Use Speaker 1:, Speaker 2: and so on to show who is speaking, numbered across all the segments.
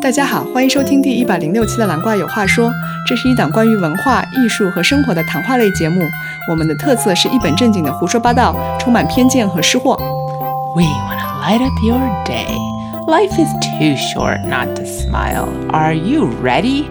Speaker 1: 大家好，欢迎收听第一百零六期的《蓝怪有话说》，这是一档关于文化艺术和生活的谈话类节目。我们的特色是一本正经的胡说八道，充满偏见和失货。
Speaker 2: We want to light up your day. Life is too short not to smile. Are you ready？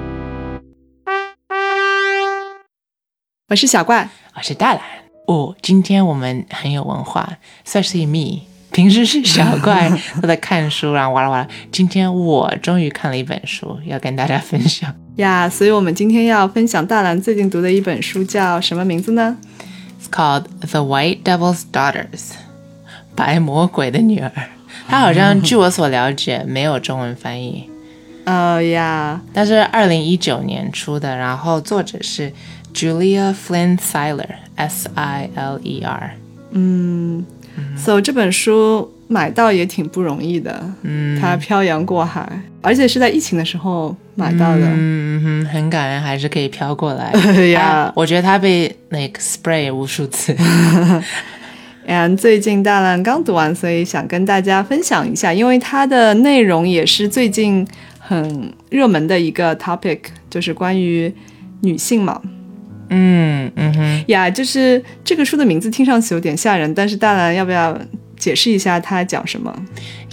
Speaker 1: 我是小怪，
Speaker 2: 我是大蓝。哦，今天我们很有文化，especially me。平时是小怪都在看书，然后哇啦哇啦。今天我终于看了一本书，要跟大家分享。
Speaker 1: 呀所以我们今天要分享大蓝最近读的一本书，叫什么名字呢？
Speaker 2: It's called The White Devil's Daughters，白魔鬼的女儿。它好像据我所了解没有中文翻译。
Speaker 1: 呃呀，
Speaker 2: 它是二零一九年出的，然后作者是 Julia Flynn Siler，S I L E R。
Speaker 1: so 这本书买到也挺不容易的，嗯，它漂洋过海，而且是在疫情的时候买到的。
Speaker 2: 嗯哼，很感恩还是可以飘过 来。
Speaker 1: 对呀
Speaker 2: 它我觉得他被那个 spray 无数次。
Speaker 1: And 最近大蓝刚读完，所以想跟大家分享一下，因为它的内容也是最近很热门的一个 topic，就是关于女性嘛。
Speaker 2: 嗯嗯哼，
Speaker 1: 呀就是这个书的名字听上去有点吓人，但是大蓝要不要解释一下它讲什么？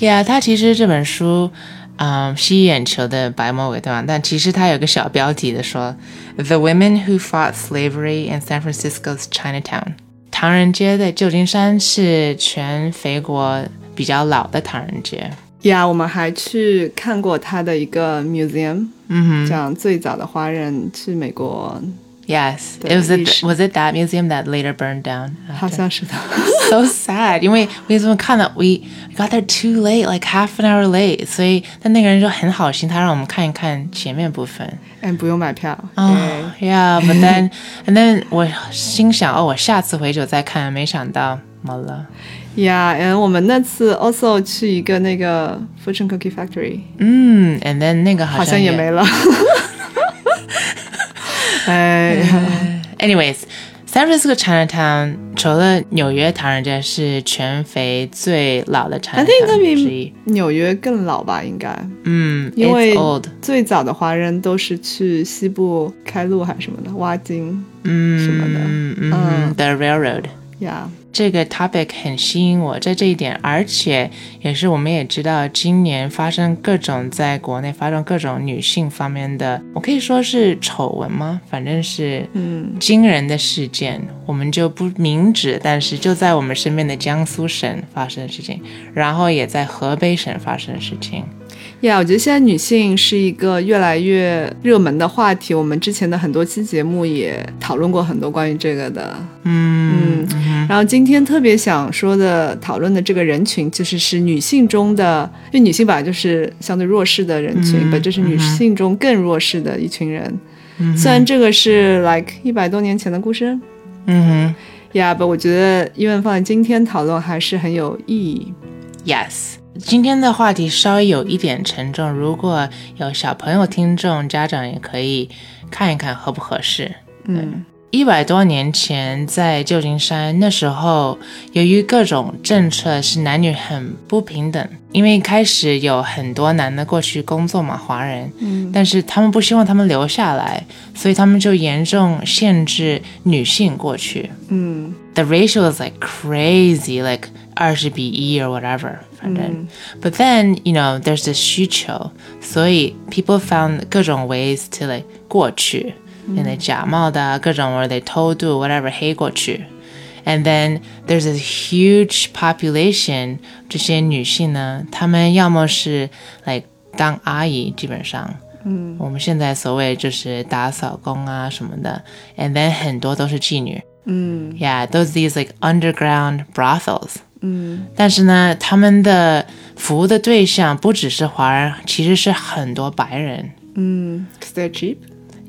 Speaker 2: yeah，它其实这本书。嗯，吸眼球的白魔鬼对吧？但其实它有个小标题的说，The women who fought slavery in San Francisco's Chinatown。唐人街的旧金山是全肥国比较老的唐人街。
Speaker 1: 呀我们还去看过它的一个 museum，
Speaker 2: 嗯哼。
Speaker 1: 讲最早的华人去美国，
Speaker 2: Yes,
Speaker 1: the
Speaker 2: it was it
Speaker 1: Asian-
Speaker 2: was it that museum that later burned down.
Speaker 1: 好
Speaker 2: after?
Speaker 1: 像是的。
Speaker 2: so sad. 因为为什么看了 we we got there too late, like half an hour late. 所以但那个人就很好心，他让我们看一看前面部分。
Speaker 1: 哎，不用买票。 对
Speaker 2: Oh, yeah, but then and then 我心想哦，我下次回去我再看，没想到没了。
Speaker 1: 呀，嗯，我们那次 also 去一个那个 Fortune Cookie Factory，
Speaker 2: 嗯，and then
Speaker 1: 好像也
Speaker 2: 那个好像也
Speaker 1: 没了。哎，
Speaker 2: Anyways, San Francisco Chinatown 除了纽约唐人街是全肥最老的
Speaker 1: I think 那
Speaker 2: Chinatown 之一
Speaker 1: 比。纽约更老吧，应该，
Speaker 2: 嗯，
Speaker 1: 因为
Speaker 2: it's old。
Speaker 1: 最早的华人都是去西部开路还是什么的，挖金
Speaker 2: 嗯
Speaker 1: 什么的
Speaker 2: 嗯嗯嗯，The Railroad
Speaker 1: 呀。
Speaker 2: 这个 topic 很吸引我，在这一点，而且也是我们也知道，今年发生各种在国内发生各种女性方面的，我可以说是丑闻吗？反正是
Speaker 1: 嗯
Speaker 2: 惊人的事件，我们就不明指，但是就在我们身边的江苏省发生的事情，然后也在河北省发生的事情。
Speaker 1: 呀我觉得现在女性是一个越来越热门的话题。我们之前的很多期节目也讨论过很多关于这个的。嗯然后今天特别想说的讨论的这个人群，就是是女性中的，因为女性本来就是相对弱势的人群，
Speaker 2: 嗯
Speaker 1: 本就是女
Speaker 2: 嗯哼
Speaker 1: 性中更弱势的一群人。
Speaker 2: 嗯哼
Speaker 1: 虽然这个是 like 一百多年前的故事
Speaker 2: 嗯
Speaker 1: 呀，但我觉得因为放在今天讨论还是很有意义。
Speaker 2: 哼，Yes。今天的话题稍微有一点沉重，如果有小朋友听众、家长也可以看一看合不合适。
Speaker 1: 嗯
Speaker 2: 一百多年前，在旧金山，那时候由于各种政策是男女很不平等，因为开始有很多男的过去工作嘛，华人，
Speaker 1: 嗯
Speaker 2: 但是他们不希望他们留下来，所以他们就严重限制女性过去。
Speaker 1: 嗯
Speaker 2: The ratio is like crazy, like 二十比一 or whatever，反正。
Speaker 1: 嗯
Speaker 2: But then, you know, there's this 需求，所以 people found 各种 ways to like 过去，and they 假冒的各种 or they 偷渡 whatever 黑过去。And then there's this huge population 这些女性呢，她们要么是 like 当阿姨，基本上。
Speaker 1: 嗯
Speaker 2: 我们现在所谓就是打扫工啊什么的，and then 很多都是妓女
Speaker 1: 嗯
Speaker 2: ，yeah those these like underground brothels，
Speaker 1: 嗯
Speaker 2: 但是呢，他们的服务的对象不只是华人，其实是很多白人。
Speaker 1: 嗯，cause they're cheap。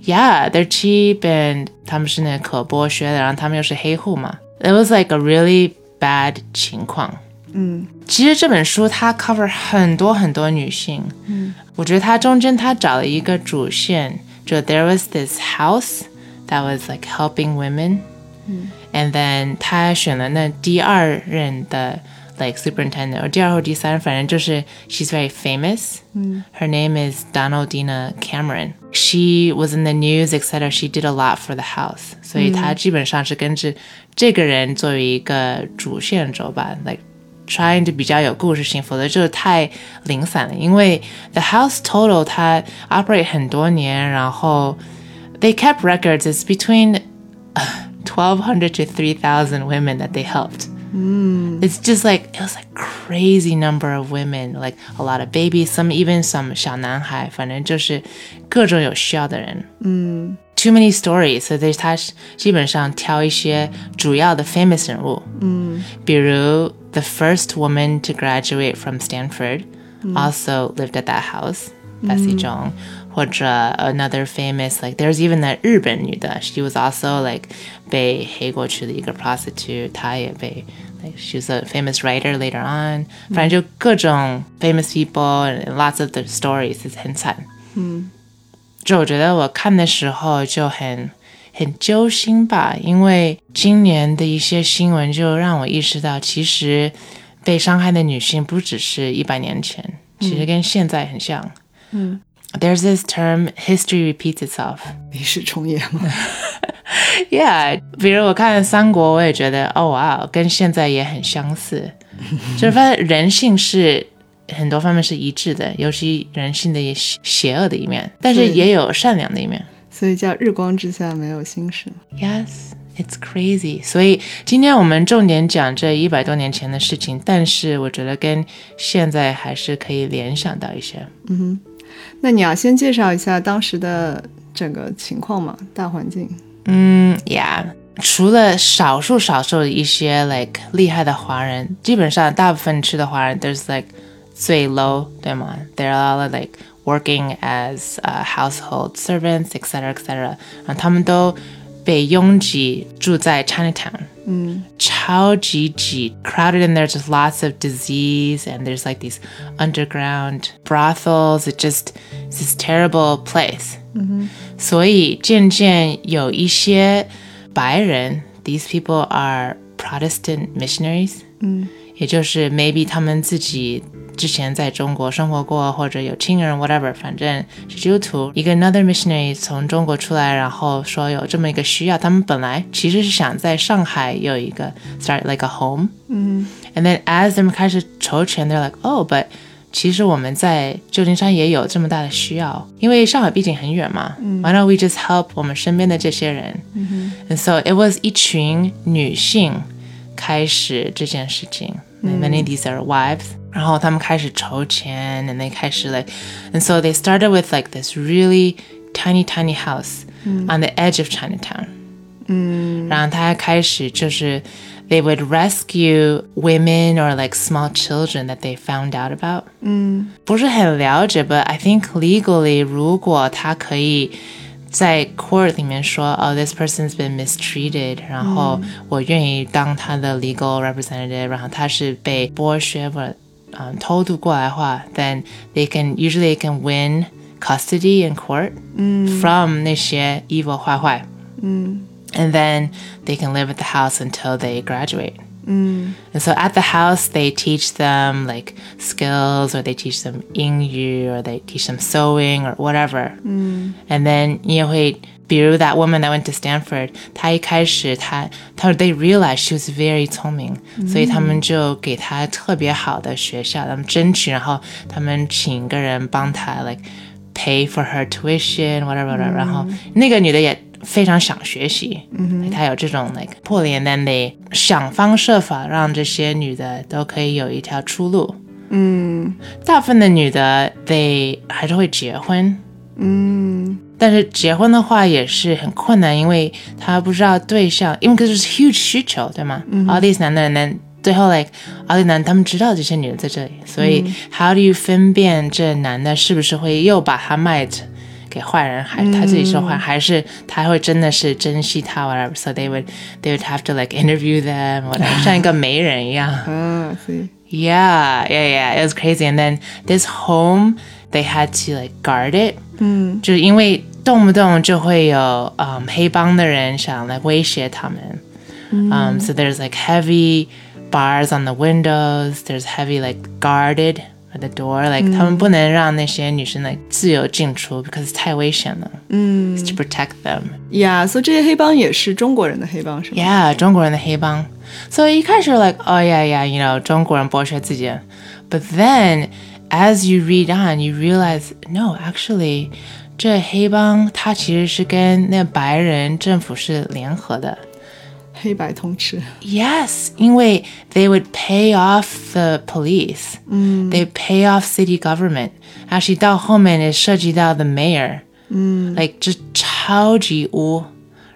Speaker 2: Yeah, they're cheap and 他们是那个可剥削的，然后他们又是黑户嘛。It was like a really bad 情况。
Speaker 1: 嗯
Speaker 2: 其实这本书它 cover 很多很多女性，嗯，我觉得它中间它找了一个主线，就 there was this house that was like helping women，and then 她选了那第二任的 like superintendent 或第二或第三，反正就是 she's very famous. Her name is Donaldina Cameron. She was in the news, etc. She did a lot for the house. 所以她基本上是跟着这个人作为一个主线轴吧，like trying to 比较有故事性，否则就是太零散了。因为 The House Total 它 operate 很多年，然后 they kept records. It's between 1200 to 3000 women that they helped. It's just like it was like crazy number of women, like a lot of babies, some even some 小男孩，反正就是各种有需要的人。too many stories, so there's 他基本上挑一些主要的 famous 人物，比如 the first woman to graduate from Stanford also lived at that house, Bessie Jong, Zhong，或者 another famous like there's even that 日本女的 she was also like 被黑过去的一个 prostitute，她也被 like she was a famous writer later on. 反正就各种 famous people and lots of the stories is 很惨。就我觉得我看的时候就很很揪心吧，因为今年的一些新闻就让我意识到，其实被伤害的女性不只是一百年前，其实跟现在很像。嗯，There's this term history repeats itself。
Speaker 1: 历史重演嘛。
Speaker 2: Yeah，比如我看三国，我也觉得哦哇，跟现在也很相似，就是发现人性是很多方面是一致的，尤其人性的也邪邪恶的一面，但是
Speaker 1: 对
Speaker 2: 也有善良的一面。
Speaker 1: 所以叫日光之下没有新事。
Speaker 2: Yes, it's crazy. 所以今天我们重点讲这一百多年前的事情，但是我觉得跟现在还是可以联想到一些。
Speaker 1: 那你要先介绍一下当时的整个情况嘛，大环境。
Speaker 2: 嗯，Yeah，除了少数少数的一些 like 厉害的华人，基本上大部分去的华人 there's like 最 low 对吗？They're all like working as、uh, household servants etc etc，然后他们都被拥挤住在 Chinatown。Chao Jiji crowded in there, just lots of disease, and there's like these underground brothels. It just it's this terrible place. mm these people are Protestant missionaries. 也就是 maybe 他们自己之前在中国生活过，或者有亲人 whatever，反正是基督徒。一个 another missionary 从中国出来，然后说有这么一个需要，他们本来其实是想在上海有一个 start like a home，嗯，and then as 他们开始筹钱，they're like oh but 其实我们在旧金山也有这么大的需要，因为上海毕竟很远嘛。Why don't we just help 我们身边的这些人、a n d so it was 一群女性开始这件事情。Many of these are wives，、然后他们开始筹钱，and they 开始 like，and so they started with like this really tiny tiny house、on the edge of Chinatown。然后他开始就是 they would rescue women or like small children that they found out about. 不是很了解，but I think legally 如果他可以在 court 里面说 oh this person's been mistreated，然后我愿意当他的 legal representative，然后他是被剥削或 um, 偷渡过来的话，then they can usually they can win custody in court from 那些 evil 坏坏。and then they can live at the house until they graduate. And so at the house, they teach them like skills, or they teach them Ingyu, or they teach them sewing, or whatever. And then 你也会，比如 that woman that went to Stanford, 她一开始她她 they realized she was very 聪明，所以他们就给她特别好的学校，他们争取，然后他们请一个人帮她 like pay for her tuition, whatever, whatever. 然后那个女的也非常想学习，她有这种 like 魄力，and then they 想方设法让这些女的都可以有一条出路。大部分的女的，they 还是会结婚。但是结婚的话也是很困难，因为他不知道对象，因为这是 huge 需求，对吗？奥地利男的人最后 like 奥地利男他们知道这些女的在这里，所以 how do you 分辨这男的是不是会又把他卖给坏人，还他自己说话，还是他会真的是珍惜他 whatever？So they would they would have to like interview them whatever，像一个媒人一样。
Speaker 1: 啊，所以
Speaker 2: Yeah, yeah, yeah. It was crazy. And then this home, they had to like guard it. 嗯，就是因为动不动就会有嗯、黑帮的人想来威胁他们。嗯、um,，so there's like heavy bars on the windows. There's heavy like guarded at the door. Like 他们不能让那些女生like自由进出 because 太危险了。嗯，it's to protect them.
Speaker 1: 呀，所以这些黑帮也是中国人的黑帮是吗
Speaker 2: Yeah, 中国人的黑帮. So you guys are like, oh yeah, yeah, you know, 中国人剥削自己人. But then, as you read on, you realize, no, actually, 这黑帮它其实是跟那白人政府是联合的。
Speaker 1: 黑白通吃。
Speaker 2: Yes, 因为 they would pay off the police. They pay off city government. Actually, 到后面也涉及到 the mayor. 嗯，like 这超级污，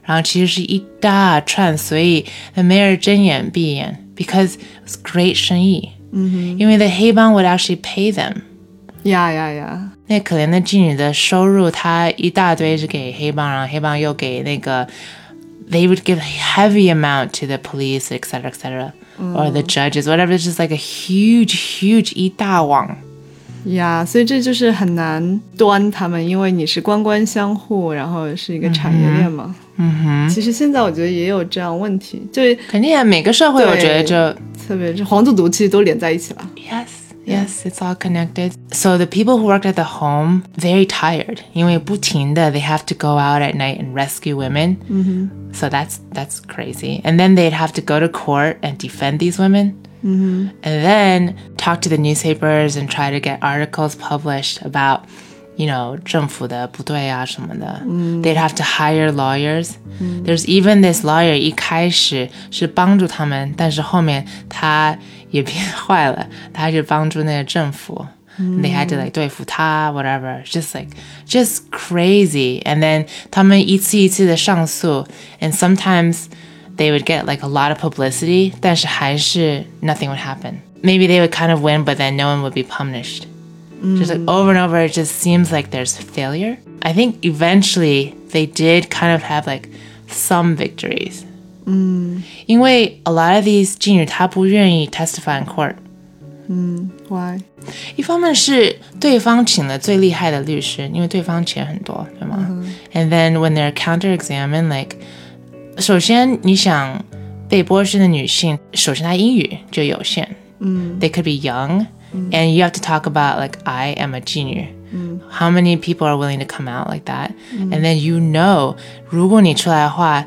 Speaker 2: 然后其实是一大串，所以 the mayor 睁眼闭眼 because it's great 生意。嗯，因为 the 黑帮 would actually pay them.
Speaker 1: 呀呀呀！
Speaker 2: 那可怜的妓女的收入，她一大堆是给黑帮，然后黑帮又给那个，they would give heavy amount to the police, etc., etc., or the judges, whatever. It's just like a huge, huge 一大网。
Speaker 1: 呀所以这就是很难端他们，因为你是官官相护，然后是一个产业链嘛。嗯哼。其实现在我觉得也有这样问题，就是
Speaker 2: 肯定啊，每个社会我觉得就
Speaker 1: 特别是皇族毒气都连在一起了。
Speaker 2: Yes, yes, it's all connected. So the people who worked at the home, very tired. 因为不停地 they have to go out at night and rescue women. Mm-hmm. So that's that's crazy. And then they'd have to go to court and defend these women. Mm-hmm. And then talk to the newspapers and try to get articles published about, you know, 政府的不对啊什么的. They'd have to hire lawyers. There's even this lawyer 一开始是帮助他们，但是后面他也变坏了，他是帮助那个政府。They had to like 对付他 whatever. It's Just like just crazy. And then 他们一次一次的上诉 and sometimes they would get like a lot of publicity, 但是还是 nothing would happen. Maybe they would kind of win, but then no one would be punished. Just like over and over, it just seems like there's failure. I think eventually they did kind of have like some victories. 因为 a lot of these 妓女她不愿意 testify in court.
Speaker 1: Why？
Speaker 2: 一方面是对方请了最厉害的律师，因为对方钱很多，对吗？And then when they're counter examined, like 首先你想被剥削的女性，首先她英语就有限，they could be young, and you have to talk about like I am a junior. How many people are willing to come out like that? And then you know, 如果你出来的话，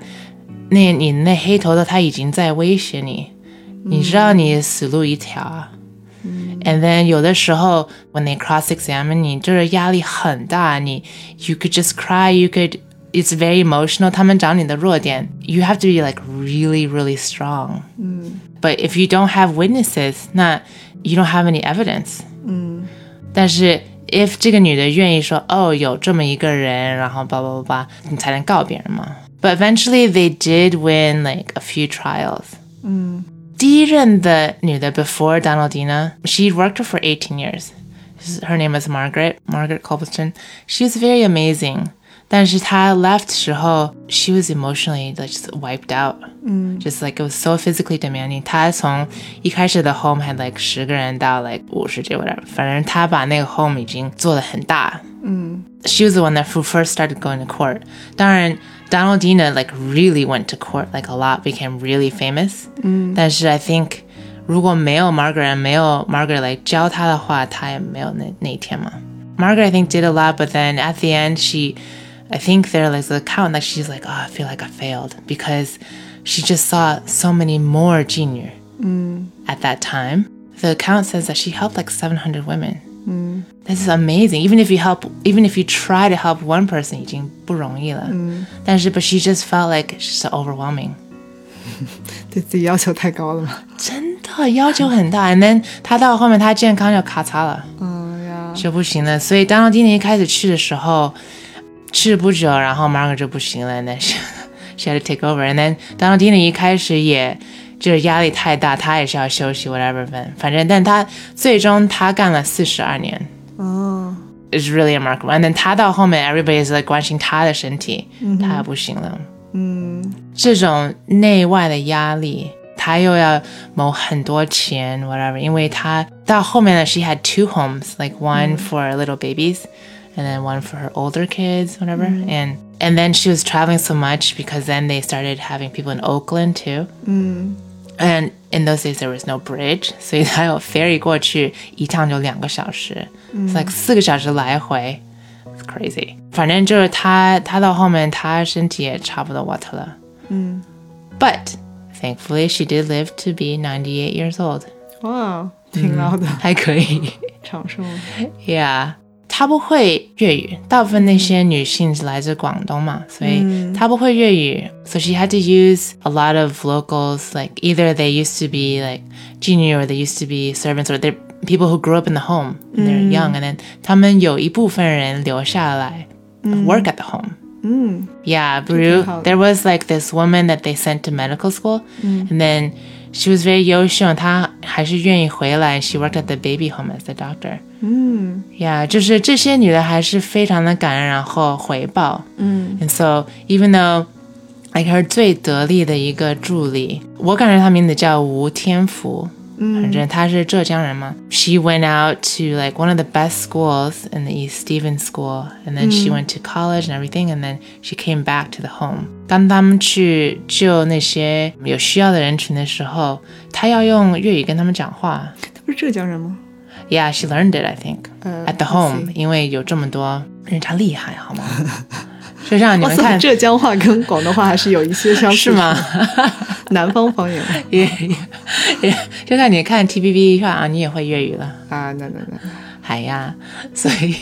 Speaker 2: 那你那黑头的他已经在威胁你，你知道你死路一条啊。And then 有的时候 when they cross examine 你，就是压力很大，你 you could just cry, you could it's very emotional. 他们找你的弱点 you have to be like really really strong. But if you don't have witnesses, 那 you don't have any evidence. 但是 if 这个女的愿意说哦有这么一个人，然后 blah blah blah，你才能告别人嘛。But eventually they did win like a few trials. 第一任的女的 before Donaldina, she worked for 18 years. Her name is Margaret, Margaret Culbertson. She was very amazing. 但是她 left 时候, she was emotionally like, just wiped out. Just like it was so physically demanding. 她从一开始的 home had like 10个人到 like 50 whatever. 反正她把那个 home 已经做得很大。she was the one that who first started going to court. Darren Donaldina like really went to court like a lot, became really famous. That's I think 如果没有 Margaret 没有 Margaret like 教她的话，她也没有那那一天嘛。Margaret I think did a lot, but then at the end she, I think there was a count that she's like, oh, I feel like I failed because she just saw so many more junior at that time. The account says that she helped like 700 women. This is amazing. Even if you help, even if you try to help one person, 已经不容易了。但是 but she just felt like it's just overwhelming.
Speaker 1: 对自己要求太高了吗？
Speaker 2: 真的要求很大。And then 她到后面她健康就咔嚓了。
Speaker 1: 嗯呀，
Speaker 2: 就不行了。所以当今年一开始去的时候，去了不久，然后 Margaret 就不行了，那是 she had to take over。And then 当今年一开始也就是压力太大，他也是要休息，whatever，反反正，但他最终他干了四十二年。
Speaker 1: 哦，
Speaker 2: is really remarkable. And then 他到后面 everybody is like 关心他的身体，他也不行了。这种内外的压力，他又要谋很多钱，whatever，因为他到后面呢 she had two homes, like one for little babies, and then one for her older kids, whatever. And and then she was traveling so much because then they started having people in Oakland too. And in those days there was no bridge，所以他要 ferry 过去一趟就两个小时，嗯、like 四个小时来回，it's crazy。反正就是他，他到后面他身体也差不多 what 了，
Speaker 1: 嗯
Speaker 2: ，but thankfully she did live to be ninety eight years old，
Speaker 1: 哇，挺老的，
Speaker 2: 还可以
Speaker 1: 长寿。
Speaker 2: ，yeah。她不会粤语，大部分那些女性是来自广东嘛，所以她不会粤语，so she had to use a lot of locals, like either they used to be like junior or they used to be servants or they people who grew up in the home, and they're young, and then 他们有一部分人留下来 work at the home.
Speaker 1: 嗯
Speaker 2: Yeah, Brew.
Speaker 1: 好的。
Speaker 2: There was like this woman that they sent to medical school, and then she was very 优秀，她还是愿意回来。She worked at the baby home as the doctor.
Speaker 1: 嗯
Speaker 2: Yeah, 就是这些女的还是非常的感恩，然后回报。
Speaker 1: 嗯
Speaker 2: And so even though like her 最得力的一个助理，我感觉她名字叫吴天福。反正她是浙江人嘛。She went out to like one of the best schools in the East Stephen School, and then she went to college and everything, and then she came back to the home. 当他们去救那些有需要的人群的时候，她要用粤语跟他们讲话。
Speaker 1: 他不是浙江人吗？
Speaker 2: Yeah, she learned it, I think,
Speaker 1: 呃
Speaker 2: at the
Speaker 1: I
Speaker 2: home.
Speaker 1: see
Speaker 2: 因为有这么多人家厉害，好吗？ 就让你
Speaker 1: 哇
Speaker 2: 们
Speaker 1: 塞，
Speaker 2: 看，
Speaker 1: 哦浙江话跟广东话还是有一些相似，
Speaker 2: 是？吗？
Speaker 1: 南方方言
Speaker 2: 也也就让你看 T V B 上啊，你也会粤语了，
Speaker 1: 啊，那那那，
Speaker 2: 哎呀，所以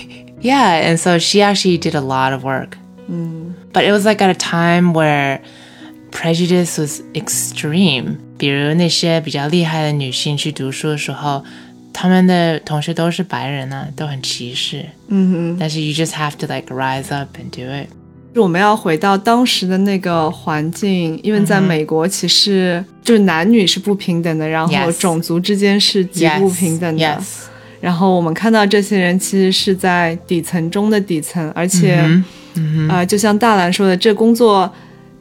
Speaker 2: yeah, and so she actually did a lot of work,
Speaker 1: 嗯
Speaker 2: but it was like at a time where prejudice was extreme. 比如那些比较厉害的女性去读书的时候，她们的同学都是白人啊，都很歧视。
Speaker 1: 嗯
Speaker 2: 但是 you just have to like rise up and do it.
Speaker 1: 哼，我们要回到当时的那个环境，因为在美国其实就是男女是不平等的，然后
Speaker 2: Yes
Speaker 1: 种族之间是极不平等的。
Speaker 2: Yes.
Speaker 1: 然后我们看到这些人其实是在底层中的底层，而且，
Speaker 2: Mm-hmm.
Speaker 1: 呃，就像大兰说的，这工作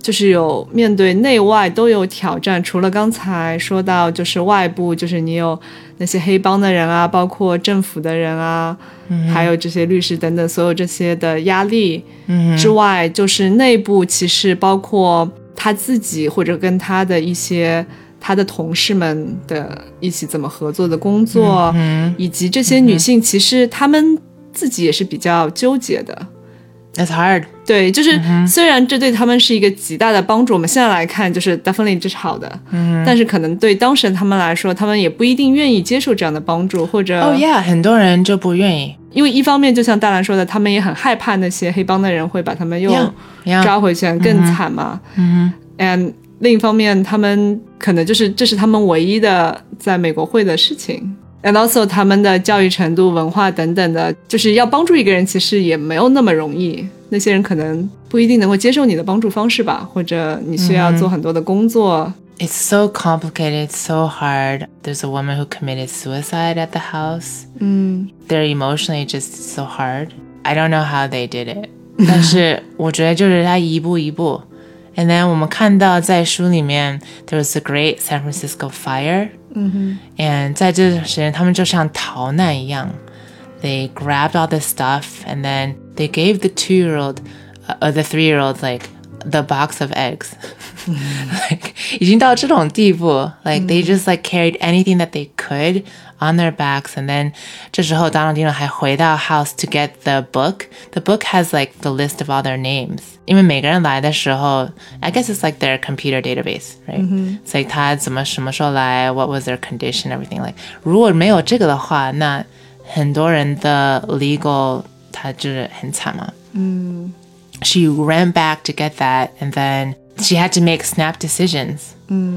Speaker 1: 就是有面对内外都有挑战。除了刚才说到，就是外部，就是你有那些黑帮的人啊，包括政府的人啊，还有这些律师等等，所有这些的压力之外，就是内部其实包括他自己或者跟他的一些。他的同事们的一起怎么合作的工作，以及这些女性，其实她们自己也是比较纠结的。
Speaker 2: That's hard.
Speaker 1: 对，
Speaker 2: 嗯
Speaker 1: 就是虽然这对她们是一个极大的帮助，我们现在来看就是 definitely 这是好的，
Speaker 2: 嗯
Speaker 1: 但是可能对当事人他们来说，他们也不一定愿意接受这样的帮助，或者
Speaker 2: Oh yeah, 很多人就不愿意。
Speaker 1: 因为一方面就像大兰说的，他们也很害怕那些黑帮的人会把他们又
Speaker 2: Yeah, yeah. Mm-hmm.
Speaker 1: 抓回去，更惨嘛。嗯，and 另一方面，他们可能就是这是他们唯一的在美国会的事情。And also 他们的教育程度、文化等等的，就是要帮助一个人，其实也没有那么容易。那些人可能不一定能够接受你的帮助方式吧，或者你需要做很多的工作。
Speaker 2: It's so complicated, so hard. There's a woman who committed suicide at the house.
Speaker 1: 嗯
Speaker 2: They're emotionally just so hard. I don't know how they did it. 但是我觉得就是他一步一步。And then 我们看到在书里面 there was the Great San Francisco Fire.
Speaker 1: 嗯哼
Speaker 2: And 在这段时间，他们就像逃难一样，they grabbed all this stuff and then they gave the two-year-old uh, or the three-year-old like the box of eggs. like 已经到这种地步，like they just like carried anything that they could on their backs. And then 这时候，Donaldino还回到 house to get the book. The book has like the list of all their names. 因为每个人来的时候，I guess it's like their computer database, right? It's like 他怎么什么时候来，what was their condition, everything like. 如果没有这个的话，那很多人的 legal 他就是很惨嘛。she ran back to get that and then she had to make snap decisions.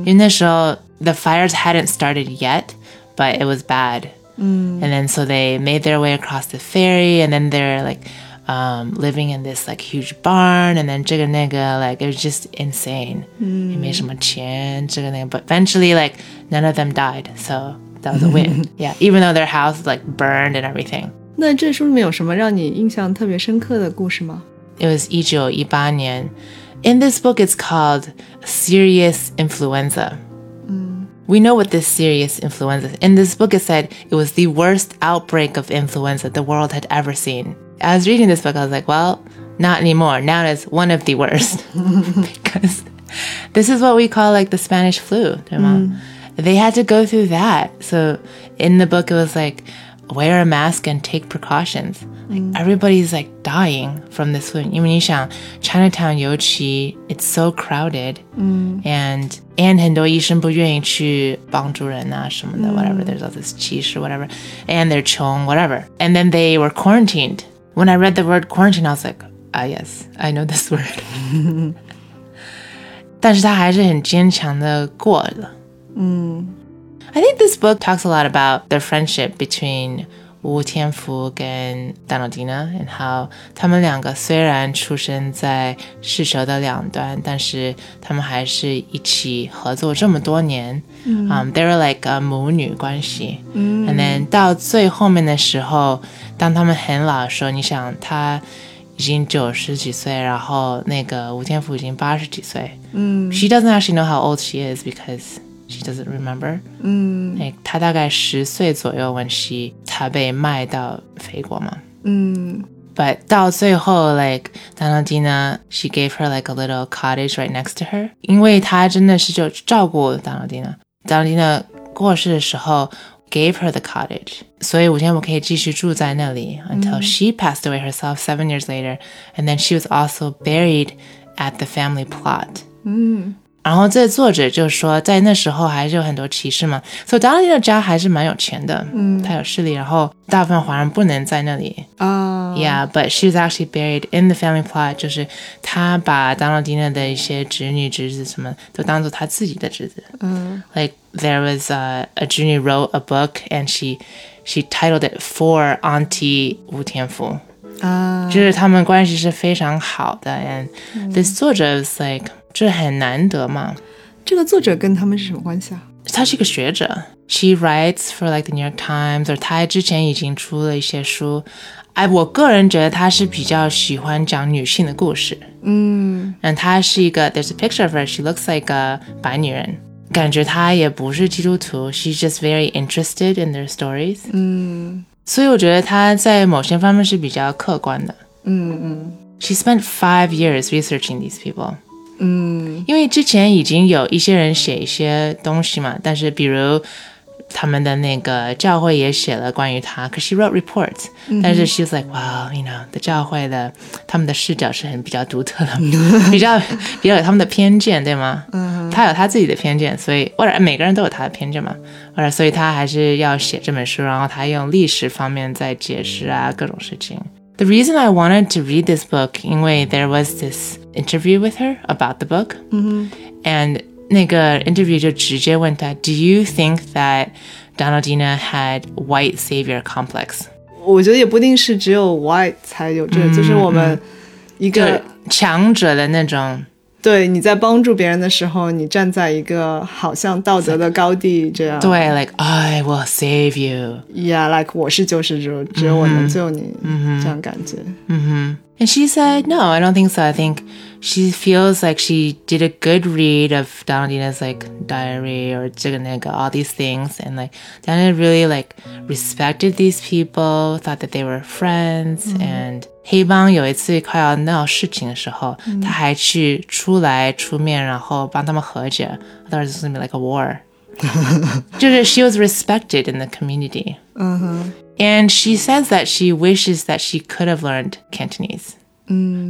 Speaker 2: In the show, the fires hadn't started yet, but it was bad. And then so they made their way across the ferry and then they're like um, living in this like huge barn and then jigga nigga, like it was just insane. It made some chin, jigga nigga. But eventually like none of them died. So that was a win. yeah. Even though their house like burned and everything.
Speaker 1: 那这书里面有什么让你印象特别深刻的故事吗？
Speaker 2: It was Ijo Ibanyan. In this book, it's called Serious Influenza. We know what this serious influenza is. In this book, it said it was the worst outbreak of influenza the world had ever seen. I was reading this book, I was like, well, not anymore. Now it's one of the worst. because This is what we call like the Spanish flu, 对吗？They had to go through that. So in the book, it was like, wear a mask and take precautions. Like everybody's like dying from this flu. 因为你想 Chinatown 尤其 it's so crowded, and and 很多医生不愿意去帮助人啊什么的 whatever. There's all this 歧视 whatever, and they're 穷 whatever. And then they were quarantined. When I read the word quarantine, I was like, ah yes, I know this word. 但是他还是很坚强的过了。I think this book talks a lot about the friendship between Wu Tianfu and Donaldina and how 他们两个虽然出生在世仇的两端，但是他们还是一起合作这么多年。Um, they were like a 母女关系。And then 到最后面的时候，当他们很老的时候，你想他。已经九十几岁，然后那个吴天福已经八十几岁。嗯，She doesn't actually know how old she is because she doesn't remember。嗯，哎，她大概十岁左右，when she 她被卖到肥国嘛。But
Speaker 1: 嗯
Speaker 2: 到最后, like Donaldina, she gave her like a little cottage right next to her. 因为她真的是就照顾 Donaldina. Donaldina 过世的时候 gave her the cottage. 所以我现在我可以继续住在那里 until she passed away herself seven years later. And then she was also buried at the family plot.
Speaker 1: 嗯
Speaker 2: 然后这作者就说，在那时候还是有很多歧视嘛，所以达拉利的家还是蛮有钱的，嗯，他有势力，然后大部分华人不能在那里，
Speaker 1: 啊
Speaker 2: Yeah, but she was actually buried in the family plot，就是她把 Donaldina 的一些侄女、侄子什么都当做她自己的侄子。嗯，Like there was a, a 侄女 wrote a book and she she titled it for Auntie 吴天福。
Speaker 1: 啊，
Speaker 2: 就是他们关系是非常好的，and this 作者 is like 这很难得嘛。
Speaker 1: 这个作者跟他们是什么关系啊？
Speaker 2: 她是一个学者，she writes for like the New York Times，or 她之前已经出了一些书。哎，我个人觉得她是比较喜欢讲女性的故事。嗯，然后她是一个，there's a picture of her. She looks like a 白女人，感觉她也不是基督徒。She's just very interested in their stories。嗯，所以我觉得她在某些方面是比较客观的。She
Speaker 1: 嗯
Speaker 2: spent five years researching these people.
Speaker 1: 嗯
Speaker 2: 因为之前已经有一些人写一些东西嘛，但是比如他们的那个教会也写了关于他，可 she wrote reports，、但是 she was like wow you know the 教会的他们的视角是很比较独特的， 比较比较有他们的偏见，对吗？嗯，他有他自己的偏见，所以或者每个人都有他的偏见嘛，或者所以他还是要写这本书，然后他用历史方面在解释啊各种事情。The reason I wanted to read this book, 因为 there was this interview with her about the book,
Speaker 1: 嗯
Speaker 2: and 那个 interview 就直接问她, "Do you think that Donaldina had white savior complex?"
Speaker 1: 我觉得也不一定是只有 white 才有这个，就是我们一个
Speaker 2: 就强者的那种。
Speaker 1: 对你在帮助别人的时候，你站在一个好像道德的高地这样。
Speaker 2: 对，like I will save you.
Speaker 1: ，Yeah，like 我是救世主，只有我能救你，这样感觉。
Speaker 2: And she said, "No, I don't think so. I think she feels like she did a good read of Donaldina's like diary or 这个那个, all these things, and like Donaldina really like respected these people, thought that they were friends, and." 黑帮有一次快要闹事情的时候，他还去出来出面，然后帮他们和解。I thought it was gonna be like a war. 就是 she was respected in the community. And she says that she wishes that she could have learned Cantonese.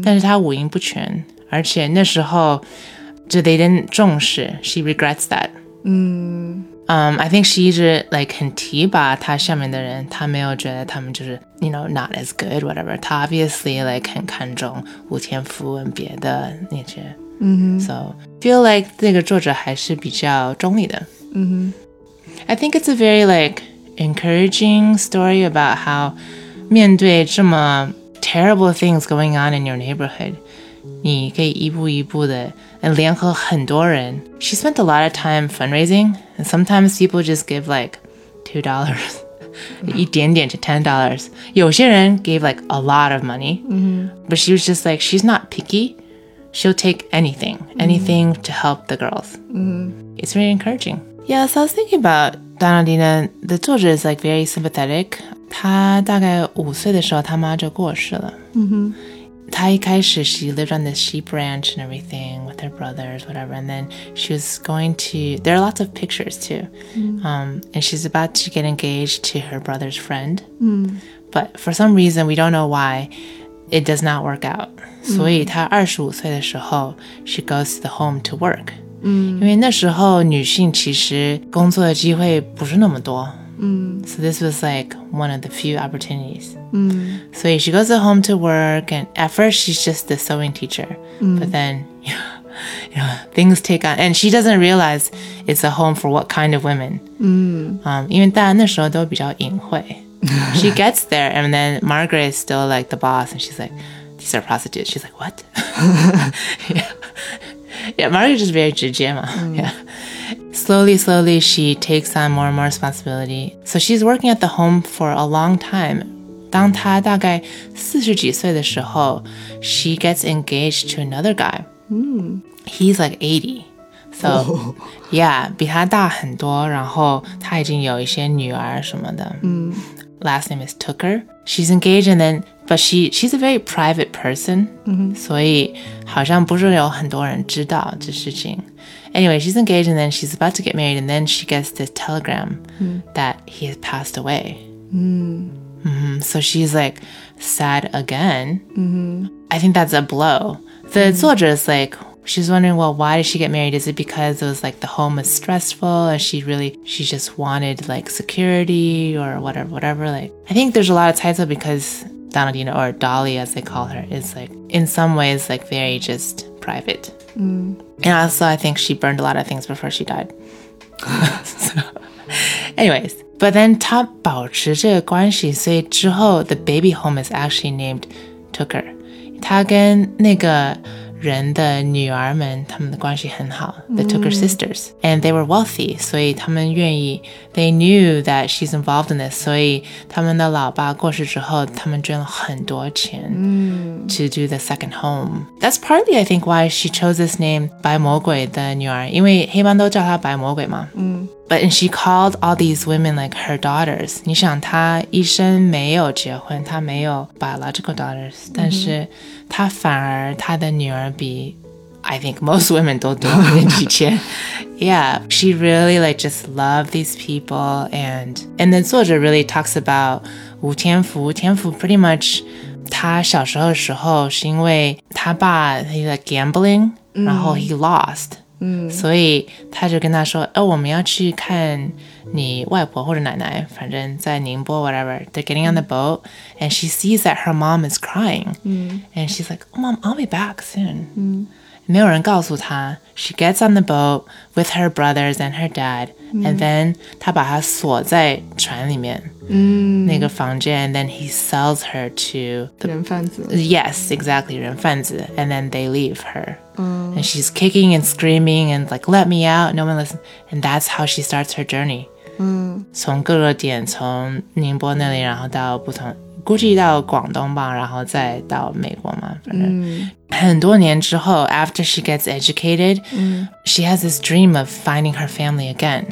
Speaker 2: 但是她五音不全，而且那时候，就 they didn't 重视。She regrets that. Um, I think she 一直 like 很提拔她下面的人，她没有觉得他们就是 you know not as good whatever. 她 obviously like 很看重吴天福跟别的那些。So feel like 这个作者还是比较中立的。I think it's a very like encouraging story about how 面对这么 terrible things going on in your neighborhood, 你可以一步一步的联合很多人。She spent a lot of time fundraising, and sometimes people just give like two dollars. 一点点 to ten dollars. 有些人 gave like a lot of money, but she was just like she's not picky. She'll take anything, anything to help the girls it's very encouraging. Yeah, so I was thinking about Donaldina. The 作者 is like very sympathetic. 她大概五岁的时候，她妈就过世了。嗯哼。 Tai Kaisha, she lived on this sheep ranch and everything with her brothers, whatever. And then she was going to, there are lots of pictures too. Um, and she's about to get engaged to her brother's friend. But for some reason, we don't know why, it does not work out. 所以她25岁的时候, she goes to the home to work. 因为那时候女性其实工作的机会不是那么多。So this was like one of the few opportunities. So she goes home to work, and at first she's just the sewing teacher, but then you know, things take on, and she doesn't realize it's a home for what kind of women. Um, 因为大家那时候都比较隐晦。she gets there, and then Margaret is still like the boss, and she's like, "These are prostitutes." She's like, "What?" yeah. yeah, Margaret's just very jujima. Yeah. Slowly, slowly, she takes on more and more responsibility. So she's working at the home for a long time. 当她大概四十几岁的时候, she gets engaged to another guy. He's like 80. So, yeah, 比他大很多，然后他已经有一些女儿什么的。last name is Tooker. She's engaged and then but she she's a very private person. Anyway, she's engaged and then she's about to get married and then she gets this telegram that he has passed away. Mhm. So she's like sad again. I think that's a blow. The soldier is like, she's wondering, well, why did she get married? Is it because it was like the home was stressful and she really, she just wanted like security or whatever, whatever. Like, I think there's a lot of title because Donaldina or Dolly, as they call her, is like in some ways like very just private. And also, I think she burned a lot of things before she died. so, anyways, but then 她保持这个关系，所以之后 the baby home is actually named Tooker. 她跟那个人的女儿们，她们的关系很好 the Tooker sisters, and they were wealthy, 所以她们愿意 they knew that she's involved in this, 所以他们的老爸过世之后，他们捐了很多钱 to do the second home. That's partly, I think, why she chose this name 白魔鬼的女儿，因为黑帮都叫她白魔鬼嘛。But and she called all these women like her daughters. 你想她一生没有结婚，她没有 biological daughters, 但是她反而她的女儿比 I think most women don't do it. yeah, she really like just loved these people and and then Soja really talks about Wu Tianfu. Wu Tianfu pretty much 他小时候的时候是因为他爸 he like gambling, 然后 he lost. 所以他就跟他说：“哦，我们要去看你外婆或者奶奶，反正在宁波 whatever. They're getting on the boat, and she sees that her mom is crying, and she's like, "Oh, mom, I'll be back soon." 没有人告诉她 She gets on the boat with her brothers and her dad, and then 她把她锁在船里面，那个房间，and then he sells her to
Speaker 1: 人贩子
Speaker 2: Yes, exactly, 人贩子. And then they leave her. And she's kicking and screaming and like, let me out, no one listens. And that's how she starts her journey. 从各个点，从宁波那里，然后到不同，估计到广东吧，然后再到美国嘛，反正、嗯、很多年之后，after she gets educated, she has this dream of finding her family again.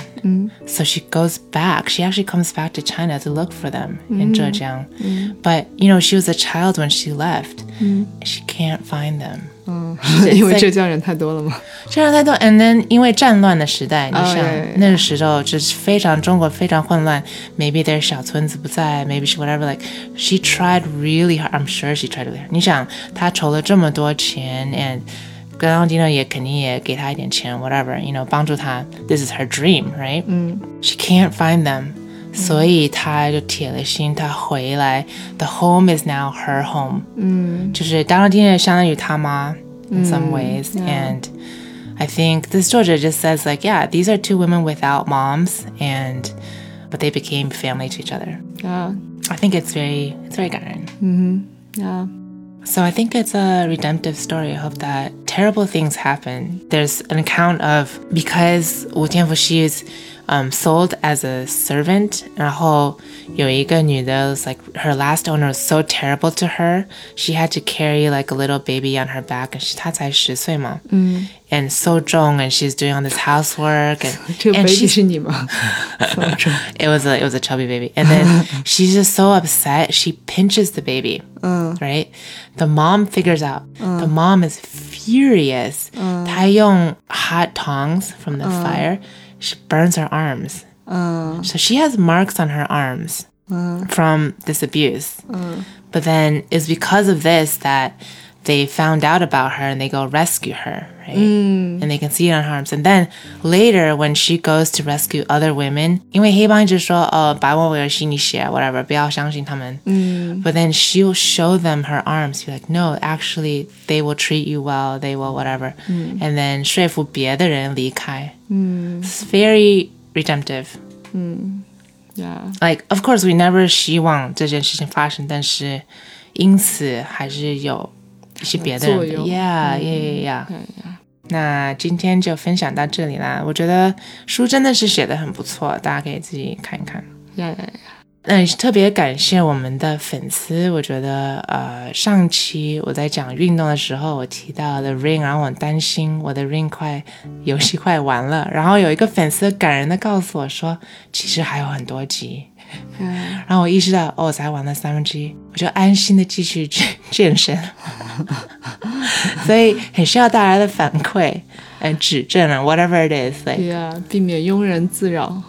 Speaker 2: So she goes back. She actually comes back to China to look for them in Zhejiang. But you know, she was a child when she left. She can't find them.
Speaker 1: 因为浙江人太多了嘛。
Speaker 2: 这样太多，and then 因为战乱的时代，你
Speaker 1: yeah,
Speaker 2: 想、
Speaker 1: yeah, yeah.
Speaker 2: 那个时候就是非常中国非常混乱，maybe their 小村子不在，maybe she whatever like she tried really hard. I'm sure she tried really hard. 你想她筹了这么多钱 and 格兰迪诺也肯定也给她一点钱，whatever，you know，帮助她。This is her dream, right? She can't find them. 所以她就铁了心，她回来。The home is now her home. 就是当然今天也相当于他妈 in some ways and I think this Georgia just says like yeah these are two women without moms and but they became family to each other
Speaker 1: 啊
Speaker 2: I think it's very it's very good
Speaker 1: 啊
Speaker 2: so I think it's a redemptive story. I hope that terrible things happen. There's an account of because Wu Tianfu she is um sold as a servant. 然后有一个女的 was like her last owner was so terrible to her, she had to carry like a little baby on her back, and she 她才十岁嘛，嗯，and so 重，and she's doing all this housework, and
Speaker 1: 这个
Speaker 2: and
Speaker 1: baby
Speaker 2: she's
Speaker 1: 是你吗？
Speaker 2: it was a it was a chubby baby, and then she's just so upset. She pinches the baby, right? The mom figures out. The mom is furious. Taeyong hot tongs from the fire. She burns her arms,
Speaker 1: 嗯
Speaker 2: so she has marks on her arms
Speaker 1: 嗯
Speaker 2: from this abuse.
Speaker 1: 嗯
Speaker 2: But then it's because of this that they found out about her and they go rescue her, right?
Speaker 1: 嗯
Speaker 2: and they can see it on her arms. And then later, when she goes to rescue other women, 因为黑帮一直说，呃，白我为了吸你血，whatever, 不要相信他们。
Speaker 1: 嗯
Speaker 2: But then she will show them her arms. Be like, no, actually, they will treat you well. They will whatever. And then 说服别的人离开。
Speaker 1: 嗯
Speaker 2: It's very redemptive.
Speaker 1: 呀
Speaker 2: Like, of course, we never 希望这件事情发生，但是因此还是有一些别的人的。
Speaker 1: 作用。嗯
Speaker 2: Yeah, yeah, yeah, yeah.
Speaker 1: 呀呀，
Speaker 2: 那今天就分享到这里啦。我觉得书真的是写的很不错，大家可以自己看一看。
Speaker 1: 呀呀呀，
Speaker 2: 那也是特别感谢我们的粉丝，我觉得呃，上期我在讲运动的时候，我提到了 Ring，然后我很担心我的 Ring 快游戏快完了，然后有一个粉丝感人的告诉我说，其实还有很多集。
Speaker 1: 嗯
Speaker 2: 然后我意识到，哦，我才玩了三分之一，我就安心的继续健健身，所以很需要大家的反馈，呃，指正啊，whatever it is，like,
Speaker 1: 对呀，避免庸人自扰。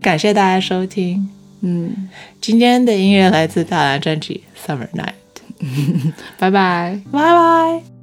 Speaker 2: 感谢大家收听。
Speaker 1: 嗯，
Speaker 2: 今天的音乐来自大蓝专辑《Summer Night》，
Speaker 1: 拜拜。
Speaker 2: 拜拜。